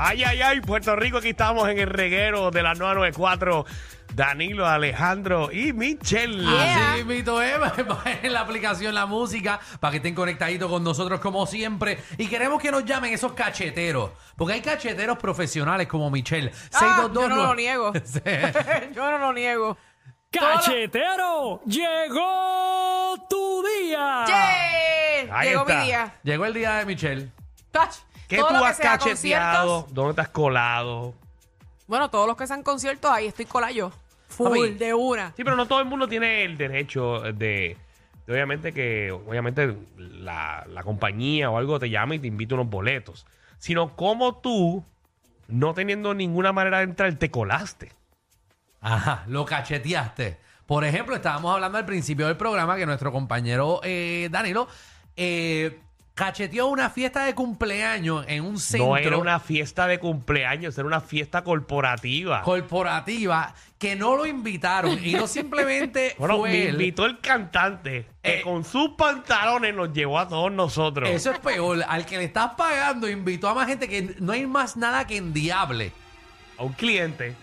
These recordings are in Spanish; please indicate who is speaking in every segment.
Speaker 1: Ay, ay, ay, Puerto Rico, aquí estamos en el reguero de la 994. Danilo, Alejandro y Michelle.
Speaker 2: Ah,
Speaker 3: Así mito en la aplicación La Música, para que estén conectaditos con nosotros como siempre. Y queremos que nos llamen esos cacheteros, porque hay cacheteros profesionales como Michelle.
Speaker 4: Ah, yo
Speaker 3: 622
Speaker 4: no lo niego.
Speaker 3: Sí.
Speaker 4: yo no lo niego.
Speaker 2: ¡Cachetero! ¡Llegó tu día!
Speaker 4: ¡Yay!
Speaker 1: Ah. Ahí
Speaker 4: Llegó
Speaker 1: está.
Speaker 4: mi día.
Speaker 3: Llegó el día de Michelle.
Speaker 4: Touch.
Speaker 1: ¿Qué
Speaker 4: Todo
Speaker 1: tú
Speaker 4: lo que
Speaker 1: has
Speaker 4: sea
Speaker 1: cacheteado?
Speaker 4: conciertos-
Speaker 1: ¿Dónde estás colado?
Speaker 4: Bueno, todos los que sean conciertos, ahí estoy cola yo. Full,
Speaker 3: Papi.
Speaker 4: de una.
Speaker 1: Sí, pero no todo el mundo tiene el derecho de, de obviamente que, obviamente la, la compañía o algo te llama y te invita unos boletos. Sino como tú, no teniendo ninguna manera de entrar, te colaste.
Speaker 3: Ajá, lo cacheteaste. Por ejemplo, estábamos hablando al principio del programa que nuestro compañero eh, Danilo eh, cacheteó una fiesta de cumpleaños en un centro.
Speaker 1: No era una fiesta de cumpleaños, era una fiesta corporativa.
Speaker 3: corporativa que no lo invitaron y no simplemente
Speaker 1: Bueno,
Speaker 3: fue
Speaker 1: me
Speaker 3: él.
Speaker 1: invitó el cantante que
Speaker 3: Eh.
Speaker 1: con sus pantalones nos llevó a todos nosotros.
Speaker 3: Eso es peor. Al que le estás pagando, invitó a más gente que no hay más nada que endiable.
Speaker 1: A un cliente.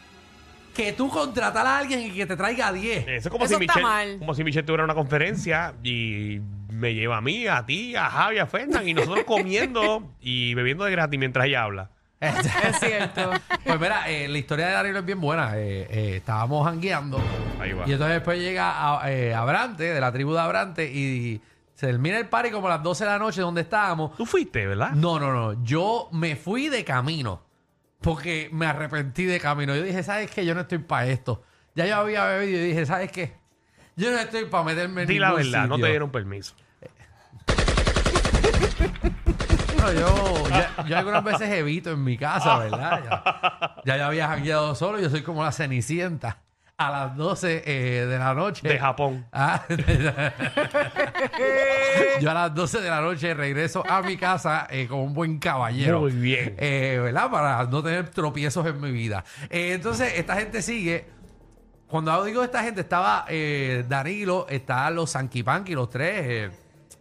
Speaker 3: Que tú contratar a alguien y que te traiga 10.
Speaker 1: Eso es como,
Speaker 4: Eso
Speaker 1: si
Speaker 4: está
Speaker 1: Michelle,
Speaker 4: mal.
Speaker 1: como si Michelle tuviera una conferencia y me lleva a mí, a ti, a Javi, a Fernan y nosotros comiendo y bebiendo de gratis mientras ella habla.
Speaker 4: Es cierto.
Speaker 3: Pues mira, eh, la historia de Darío es bien buena. Eh, eh, estábamos jangueando.
Speaker 1: Ahí va.
Speaker 3: Y entonces después llega a- eh, Abrante, de la tribu de Abrante, y se termina el party como a las 12 de la noche donde estábamos.
Speaker 1: Tú fuiste, ¿verdad?
Speaker 3: No, no, no. Yo me fui de camino. Porque me arrepentí de camino. Yo dije, ¿sabes qué? Yo no estoy para esto. Ya yo había bebido y dije, ¿sabes qué? Yo no estoy para meterme en
Speaker 1: Di la
Speaker 3: ningún
Speaker 1: verdad, no
Speaker 3: sitio".
Speaker 1: te dieron permiso.
Speaker 3: Bueno, yo, ya- yo algunas veces evito en mi casa, ¿verdad? Ya, ya yo había jangueado solo. Yo soy como la cenicienta. A las 12 eh, de la noche.
Speaker 1: De Japón.
Speaker 3: Ah, yo a las 12 de la noche regreso a mi casa eh, como un buen caballero.
Speaker 1: Muy bien.
Speaker 3: Eh, ¿Verdad? Para no tener tropiezos en mi vida. Eh, entonces, esta gente sigue. Cuando digo esta gente, estaba eh, Danilo, estaban los Sanquipanqui, los tres. eh,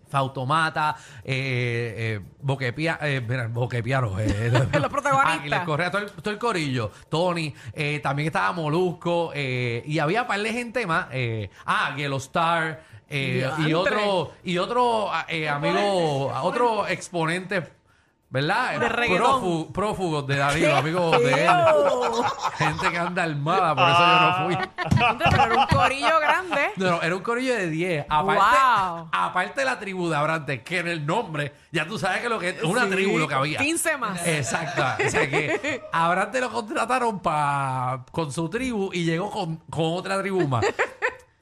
Speaker 3: Fautomata, eh, eh, Boquepia, eh, mira, Boquepiano, eh,
Speaker 4: Los protagonistas.
Speaker 3: Águilas Correa, todo el, todo el corillo, Tony, eh, también estaba Molusco, eh, y había par de gente más, eh, ah, Gelo Star, eh, y
Speaker 4: Diantre.
Speaker 3: otro, y otro ah, eh, amigo, otro exponente, ¿verdad?
Speaker 4: De reggaetón.
Speaker 3: Prófu- prófugo de Danilo, amigo de él. Gente que anda armada, por eso yo
Speaker 4: Ah.
Speaker 3: no fui.
Speaker 4: Entonces, Pero era un corillo grande.
Speaker 3: No, no, era un corillo de 10. Aparte,
Speaker 4: Wow.
Speaker 3: aparte de la tribu de Abrantes, que en el nombre, ya tú sabes que lo que es una
Speaker 4: Sí,
Speaker 3: tribu lo que había.
Speaker 4: 15 más.
Speaker 3: Exacto. O sea que Abrantes lo contrataron pa, con su tribu y llegó con, con otra tribu más.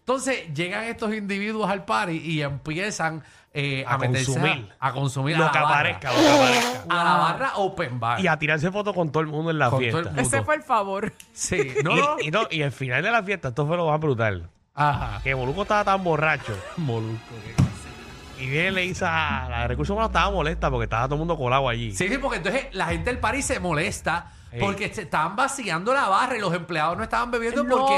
Speaker 3: Entonces llegan estos individuos al party y empiezan eh, a,
Speaker 1: A
Speaker 3: meterse
Speaker 1: consumir.
Speaker 3: a, a consumir a
Speaker 1: Lo
Speaker 3: la
Speaker 1: que
Speaker 3: barra.
Speaker 1: aparezca, lo que aparezca.
Speaker 3: A la barra open bar.
Speaker 1: Y a tirarse fotos con todo el mundo en la
Speaker 3: Con todo el
Speaker 1: fiesta.
Speaker 3: mundo.
Speaker 4: Ese fue el favor.
Speaker 3: Sí, no, no.
Speaker 1: Y, y no, y al final de la fiesta, esto fue lo más brutal.
Speaker 3: Ajá.
Speaker 1: Que Moluco estaba tan borracho.
Speaker 3: Molusco. qué
Speaker 1: Y viene y le dice a la de recursos humanos, estaba molesta porque estaba todo el mundo colado allí.
Speaker 3: Sí, sí, porque entonces la gente del París se molesta
Speaker 1: Sí.
Speaker 3: porque se estaban vaciando la barra y los empleados no estaban bebiendo
Speaker 4: No.
Speaker 3: porque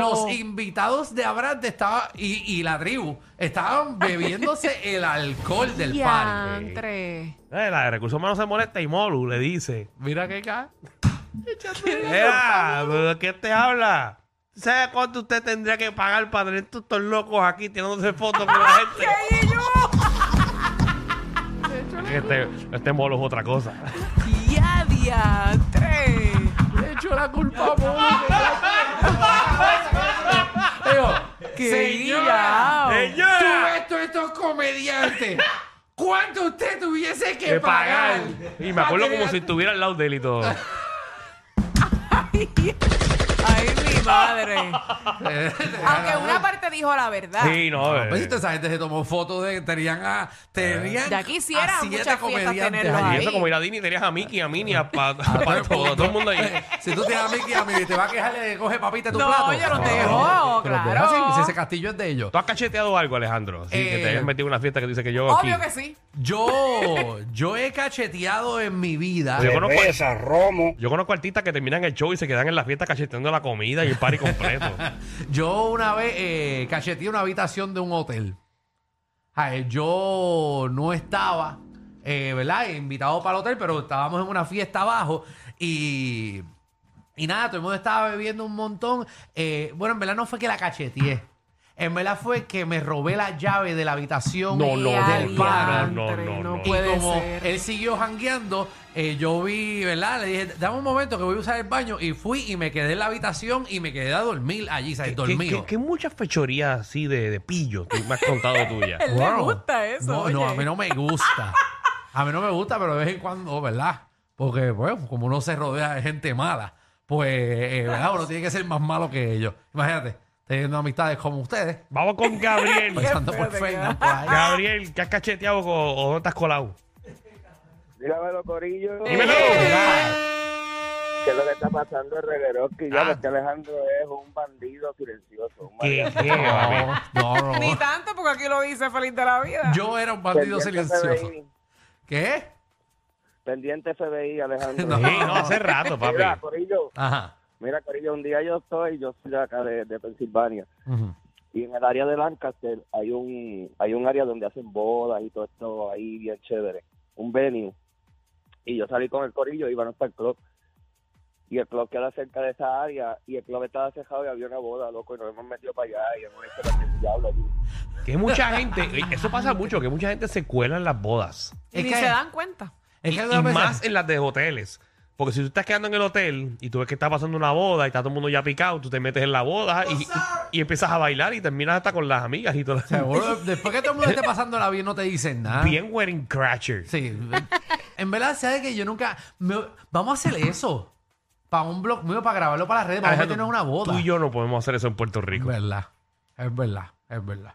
Speaker 3: los invitados de Abrante estaba, y, y la tribu estaban bebiéndose el alcohol del party.
Speaker 4: Diantre.
Speaker 1: Eh, La de recursos humanos se molesta y Molu le dice.
Speaker 3: Mira qué ca...
Speaker 1: Mira, ¿pero ¿de qué te habla? ¿Sabe cuánto usted tendría que pagar para tener todos estos locos aquí tirándose fotos con la gente?
Speaker 4: ¡Ay, yo!
Speaker 1: Este, este molo es otra cosa.
Speaker 4: ¡Ya, diantre!
Speaker 3: Le echo la culpa a Mónica. Digo,
Speaker 4: ¡Qué
Speaker 3: señora,
Speaker 4: guillao!
Speaker 1: ¡Señora!
Speaker 3: tú ves todos estos comediantes. ¿Cuánto usted tuviese que
Speaker 1: De pagar.
Speaker 3: pagar?
Speaker 1: Y me acuerdo como si estuviera al lado de él y todo.
Speaker 4: ¡Ay, mi madre.
Speaker 3: Ah,
Speaker 4: Aunque una parte dijo la verdad.
Speaker 1: Sí, no.
Speaker 3: No,
Speaker 1: eh,
Speaker 3: ¿Viste? Esa gente se tomó fotos de tenían a tenían
Speaker 4: Ya quisieran
Speaker 3: a siete
Speaker 4: muchas fiestas
Speaker 3: comediantes
Speaker 4: tenerlos
Speaker 3: allí.
Speaker 1: y eso
Speaker 4: ahí.
Speaker 1: como ir a Dini, tenías a Mickey, a Minnie, a, pa- a pa- todo, todo el mundo ahí.
Speaker 3: Si tú tienes a Mickey a Minnie, te va a quejar de coge papita en tu
Speaker 4: No,
Speaker 3: plato.
Speaker 4: yo los
Speaker 3: No,
Speaker 4: dejo,
Speaker 3: te los
Speaker 4: claro.
Speaker 3: dejas así, si ese castillo es de ellos.
Speaker 1: ¿Tú has cacheteado algo, Alejandro? Sí, que te
Speaker 3: Eh,
Speaker 1: hayas metido en una fiesta que dice que yo
Speaker 4: Obvio
Speaker 1: aquí.
Speaker 4: que sí.
Speaker 3: Yo, yo he cacheteado en mi vida.
Speaker 1: Yo conozco,
Speaker 5: Cerveza, romo.
Speaker 1: yo conozco artistas que terminan el show y se quedan en la fiesta cacheteando la comida y el party completo.
Speaker 3: Yo una vez eh, cacheteé una habitación de un hotel. Ay, yo no estaba, eh, ¿verdad? Invitado para el hotel, pero estábamos en una fiesta abajo y, y nada, todo el mundo estaba bebiendo un montón. Eh, bueno, en verdad no fue que la cacheteé. En verdad fue que me robé la llave de la habitación
Speaker 1: No, no, no,
Speaker 3: del
Speaker 1: no,
Speaker 3: pana.
Speaker 1: no, no, no, no.
Speaker 3: Y
Speaker 4: puede
Speaker 3: como
Speaker 4: ser.
Speaker 3: él siguió jangueando, eh, yo vi, ¿verdad? Le dije, dame un momento que voy a usar el baño. Y fui y me quedé en la habitación y me quedé a dormir allí,
Speaker 1: ¿Qué,
Speaker 3: ¿sabes?
Speaker 1: qué,
Speaker 3: Dormido.
Speaker 1: qué- qué muchas fechorías así de, de pillo tú me has contado tuya?
Speaker 4: Él le gusta eso,
Speaker 3: No, no,
Speaker 4: oye.
Speaker 3: a mí no me gusta. A mí no me gusta, pero de vez en cuando, ¿verdad? Porque, bueno, como uno se rodea de gente mala, pues, eh, ¿verdad? Uno tiene que ser más malo que ellos. Imagínate, teniendo amistades como ustedes,
Speaker 1: Vamos con Gabriel.
Speaker 3: pensando por
Speaker 4: espérate,
Speaker 3: Facebook,
Speaker 4: ya.
Speaker 3: por
Speaker 1: Ah.
Speaker 3: ahí.
Speaker 1: Gabriel, ¿qué has cacheteado co- o no te has colado?
Speaker 6: Dígamelo, Corillo.
Speaker 1: Dímelo. Eh.
Speaker 6: ¿Qué es lo que está pasando en Regueroski? Ya,
Speaker 1: Ah.
Speaker 6: porque Alejandro es un bandido silencioso. Un
Speaker 1: ¿Qué?
Speaker 6: maldito.
Speaker 1: ¿Qué, papi?
Speaker 3: No, no,
Speaker 4: Ni
Speaker 3: no.
Speaker 4: tanto, porque aquí lo dice feliz de la vida.
Speaker 3: Yo era un bandido
Speaker 6: Pendiente
Speaker 3: silencioso.
Speaker 6: FBI,
Speaker 3: ¿Qué?
Speaker 6: Pendiente FBI, Alejandro.
Speaker 3: No.
Speaker 1: Sí, no, hace rato, papi.
Speaker 6: Mira, Corillo,
Speaker 3: Ajá.
Speaker 6: mira, Corillo, un día yo estoy, yo soy de acá de, de Pensilvania,
Speaker 3: Ujú.
Speaker 6: y en el área de Lancaster hay un hay un área donde hacen bodas y todo esto ahí bien chévere, un venue. Y yo salí con el Corillo, íbamos para el club. Y el club queda cerca de esa área, y el club estaba cerrado y había una boda, loco, y nos hemos metido para allá, y hemos hecho la que diablo allí.
Speaker 1: Que mucha gente, oye, eso pasa mucho, que mucha gente se cuela en las bodas.
Speaker 4: Y
Speaker 3: Es
Speaker 4: ni
Speaker 3: que-
Speaker 4: se dan cuenta.
Speaker 3: Es
Speaker 1: y
Speaker 3: que
Speaker 1: y
Speaker 3: algunas veces-
Speaker 1: más en las de hoteles. Porque si tú estás quedando en el hotel y tú ves que está pasando una boda y está todo el mundo ya picado, tú te metes en la boda y, y- y empiezas a bailar y terminas hasta con las amigas y todo.
Speaker 3: Seguro, después que todo el mundo esté pasándola bien, no te dicen nada.
Speaker 1: Bien wedding crasher.
Speaker 3: Sí. En verdad, ¿sabes que Yo nunca. me- vamos a hacer eso. Para un blog mío, para grabarlo para las redes. Vamos a
Speaker 1: Alejandro,
Speaker 3: tener una boda.
Speaker 1: Tú y yo no podemos hacer eso en Puerto
Speaker 3: Es
Speaker 1: Rico.
Speaker 3: verdad. Es verdad. Es verdad.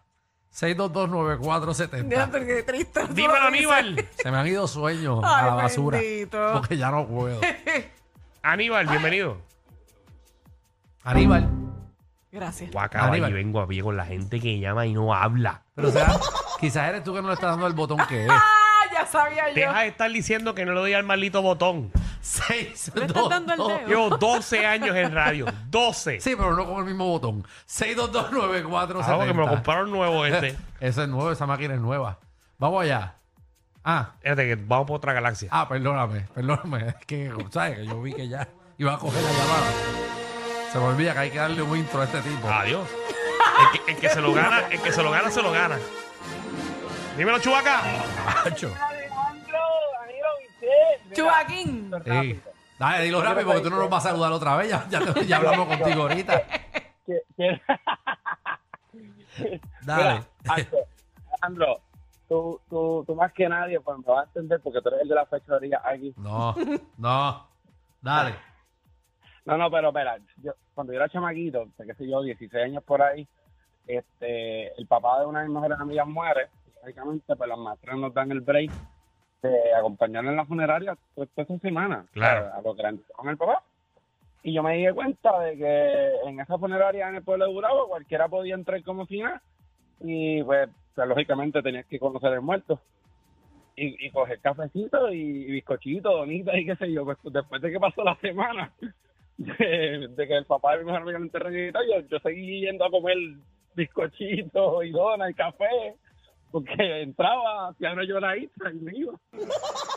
Speaker 3: 6229470.
Speaker 4: Diantre, qué triste.
Speaker 1: Dímelo, Aníbal.
Speaker 3: Se me han ido sueños a
Speaker 4: Ay,
Speaker 3: la basura.
Speaker 4: bendito.
Speaker 3: Porque ya no puedo.
Speaker 1: Aníbal, bienvenido.
Speaker 3: Aníbal.
Speaker 4: Gracias.
Speaker 1: Guacaba,
Speaker 3: Aníbal.
Speaker 1: y vengo a pie con la gente que llama y no habla.
Speaker 3: Pero o sea, quizás eres tú que no le estás dando el botón que es.
Speaker 4: Ah, ya sabía yo.
Speaker 1: Deja de estar diciendo que no le doy al maldito botón.
Speaker 4: Le estás dando el
Speaker 3: 622.
Speaker 4: dedo.
Speaker 1: Llevo 12 años en radio. 12.
Speaker 3: Sí, pero no con el mismo botón.
Speaker 1: Ah, porque me lo
Speaker 3: 6229470.
Speaker 1: compraron nuevo este.
Speaker 3: Ese es nuevo, esa máquina es nueva. Vamos allá. Ah.
Speaker 1: Espérate que vamos por otra galaxia.
Speaker 3: Ah, perdóname, perdóname. Es que, ¿sabes? Que Yo vi que ya iba a coger la llamada. Se me olvida que hay que darle un intro a este tipo.
Speaker 1: Adiós. El que, el que se lo gana, el que se lo gana, se lo gana. Dímelo, Chubaca.
Speaker 3: Macho.
Speaker 6: Alejandro, Danilo Vicente.
Speaker 4: Chubaquín.
Speaker 3: Sí. Dale, dilo rápido porque tú no nos vas a saludar otra vez. Ya, ya, ya hablamos contigo ahorita.
Speaker 6: Que- que-
Speaker 3: Dale.
Speaker 6: Mira, Ancho, Alejandro, tú, tú, tú más que nadie pues, me vas a entender porque tú eres el de la fechoría aquí.
Speaker 3: No, no. Dale.
Speaker 6: No, no, pero espera, yo, cuando yo era chamaquito, o sea, qué sé yo, 16 años por ahí, este, el papá de una de mis mejores amigas muere, básicamente, pues las maestras nos dan el break de acompañarla en la funeraria pues, toda esa semana.
Speaker 1: Claro.
Speaker 6: A, a lo grande con el papá. Y yo me di cuenta de que en esa funeraria en el pueblo de Burabo cualquiera podía entrar como si nada y pues, o sea, lógicamente tenías que conocer el muerto. Y, y coger cafecito y bizcochito, donitas y qué sé yo. Pues, después de que pasó la semana, de, de que el papá de mi mejor amigo lo enterró y tal, yo, yo seguí yendo a comer bizcochitos y donas y café, porque entraba, hacía una lloradita y me iba.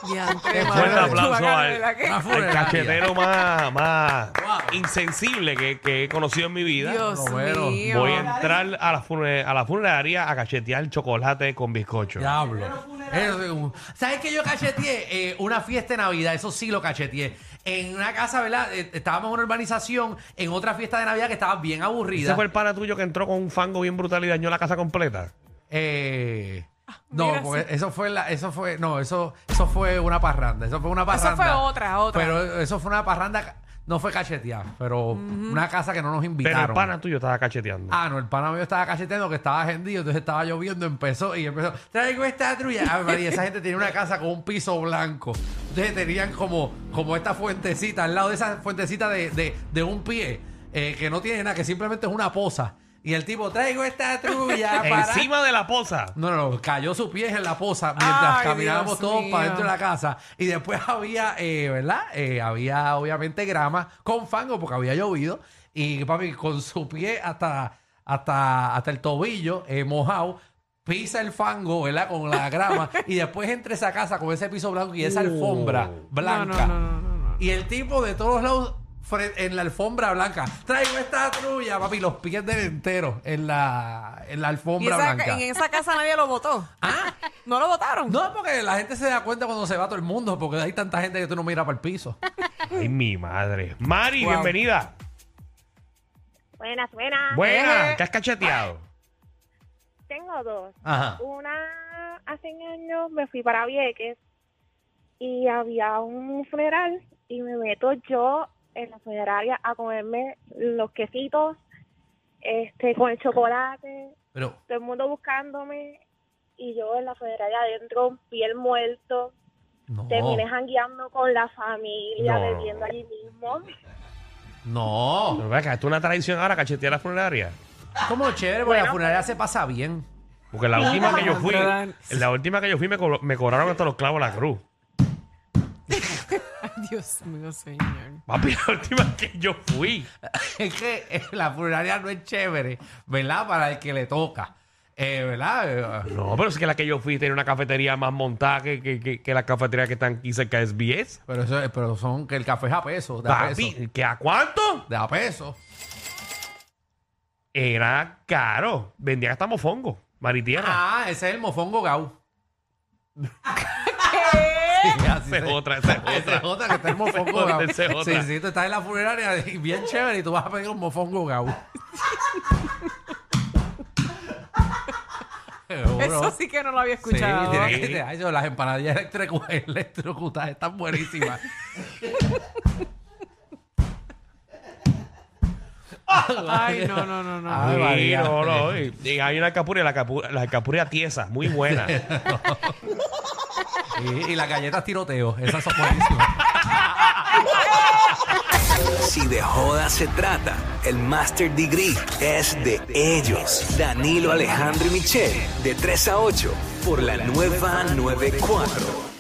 Speaker 4: Diantre,
Speaker 3: Fuerte
Speaker 4: mano.
Speaker 1: aplauso
Speaker 4: Chubaca,
Speaker 1: al-
Speaker 4: de verdad que-
Speaker 3: Una
Speaker 1: El
Speaker 3: funeraria.
Speaker 1: cachetero más, más
Speaker 3: Wow.
Speaker 1: insensible que, que he conocido en mi vida.
Speaker 4: Dios
Speaker 3: Romero,
Speaker 4: mío.
Speaker 1: Voy a entrar a la, fune- a la funeraria a cachetear chocolate con bizcocho.
Speaker 3: Diablo. Eso es un- ¿Sabes que yo cacheteé? Eh, una fiesta de Navidad, eso sí lo cacheteé. En una casa, ¿verdad? Eh, estábamos en una urbanización, en otra fiesta de Navidad que estaba bien aburrida.
Speaker 1: ¿Ese fue el pana tuyo que entró con un fango bien brutal y dañó la casa completa?
Speaker 3: Eh, no,
Speaker 4: Ah, mira,
Speaker 3: porque eso fue la, eso fue, no, eso, eso fue una parranda, eso fue una
Speaker 4: Eso
Speaker 3: parranda.
Speaker 4: fue otra, otra.
Speaker 3: Pero eso fue una parranda No fue cacheteada, pero una casa que no nos invitaron.
Speaker 1: Pero el pana tuyo estaba cacheteando.
Speaker 3: Ah, no, el pana mío estaba cacheteando que estaba agendido, entonces estaba lloviendo, empezó y empezó. Traigo esta trulla. Ah, Ave María, esa gente tenía una casa con un piso blanco. Entonces tenían como, como esta fuentecita, al lado de esa fuentecita de, de- de un pie, eh, que no tiene nada, que simplemente es una poza. Y el tipo, traigo esta trulla para.
Speaker 1: Encima de la poza.
Speaker 3: No, no, no, cayó su pie en la poza mientras
Speaker 4: Ay, Dios
Speaker 3: caminábamos todos
Speaker 4: mío.
Speaker 3: para dentro de la casa. Y después había, eh, ¿verdad? Eh, había obviamente grama con fango porque había llovido. Y papi, con su pie hasta, hasta, hasta el tobillo eh, mojado, pisa el fango, ¿verdad? Con la grama. y después entre esa casa con ese piso blanco y esa alfombra
Speaker 1: Uh.
Speaker 3: blanca.
Speaker 4: No, no, no, no, no, no.
Speaker 3: Y el tipo de todos lados fre- en la alfombra blanca. Traigo esta trulla, papi, los pies del entero en la, en la
Speaker 4: Y
Speaker 3: alfombra
Speaker 4: esa-
Speaker 3: blanca.
Speaker 4: en esa casa nadie lo votó.
Speaker 3: Ah.
Speaker 4: ¿No lo votaron?
Speaker 3: No, porque la gente se da cuenta cuando se va todo el mundo, porque hay tanta gente que tú no miras para el piso.
Speaker 1: Ay, mi madre. Mari,
Speaker 4: Wow.
Speaker 1: bienvenida.
Speaker 5: Buenas, buenas.
Speaker 1: Buena, ¿qué has cacheteado?
Speaker 5: Eh, Tengo dos.
Speaker 3: Ajá.
Speaker 5: Una, hace años me fui para Vieques y había un funeral y me meto yo en la funeraria a comerme los quesitos este con el chocolate,
Speaker 3: Pero,
Speaker 5: todo el mundo buscándome y yo en la funeraria adentro, piel muerto,
Speaker 3: no.
Speaker 5: terminé jangueando con la familia,
Speaker 1: No.
Speaker 5: bebiendo allí mismo.
Speaker 3: No.
Speaker 1: Pero ve acá, esto es una tradición ahora cachetear la funeraria.
Speaker 3: Como chévere, porque la funeraria se pasa bien.
Speaker 1: Porque la última que yo fui,
Speaker 4: Fran.
Speaker 1: la última que yo fui me, co- me cobraron hasta los clavos de la cruz.
Speaker 4: Ay, Dios mío, señor.
Speaker 1: Papi, la última que yo fui.
Speaker 3: Es que eh, la funeraria no es chévere, ¿verdad? Para el que le toca. Eh, ¿Verdad? Eh,
Speaker 1: No, pero es que la que yo fui tenía una cafetería más montada que, que, que, que la cafetería que están aquí cerca de SBS.
Speaker 3: Pero, eso, es- pero son que el café es a peso, de a peso.
Speaker 1: Papi, ¿que a cuánto?
Speaker 3: De a peso.
Speaker 1: Era caro. Vendían hasta mofongo, maritierra.
Speaker 3: Ah, ese es el mofongo gau. Sí, así
Speaker 1: esa es
Speaker 3: se-
Speaker 1: otra, esa es
Speaker 3: Esa
Speaker 1: otra.
Speaker 3: es otra que está el mofongo gau.
Speaker 1: Esa es
Speaker 3: Sí,
Speaker 1: otra.
Speaker 3: sí, tú estás en la funeraria y bien chévere y tú vas a pedir un mofongo gau.
Speaker 4: Eso sí que no lo había escuchado.
Speaker 3: tiene que te- ay, yo, las empanadillas electrocu- electrocutadas están buenísimas.
Speaker 4: Ay, no, no, no, no.
Speaker 3: Ah.
Speaker 1: Sí,
Speaker 3: María.
Speaker 1: no, no, y- y hay una alcapuria, la alcapuria, la alcapuria tiesa, muy buena.
Speaker 3: Y, y las galletas tiroteo, esas son buenísimas.
Speaker 7: Si de joda se trata, el Master Degree es de ellos. Danilo Alejandro y Michelle, de 3 a 8, por la nueva 94.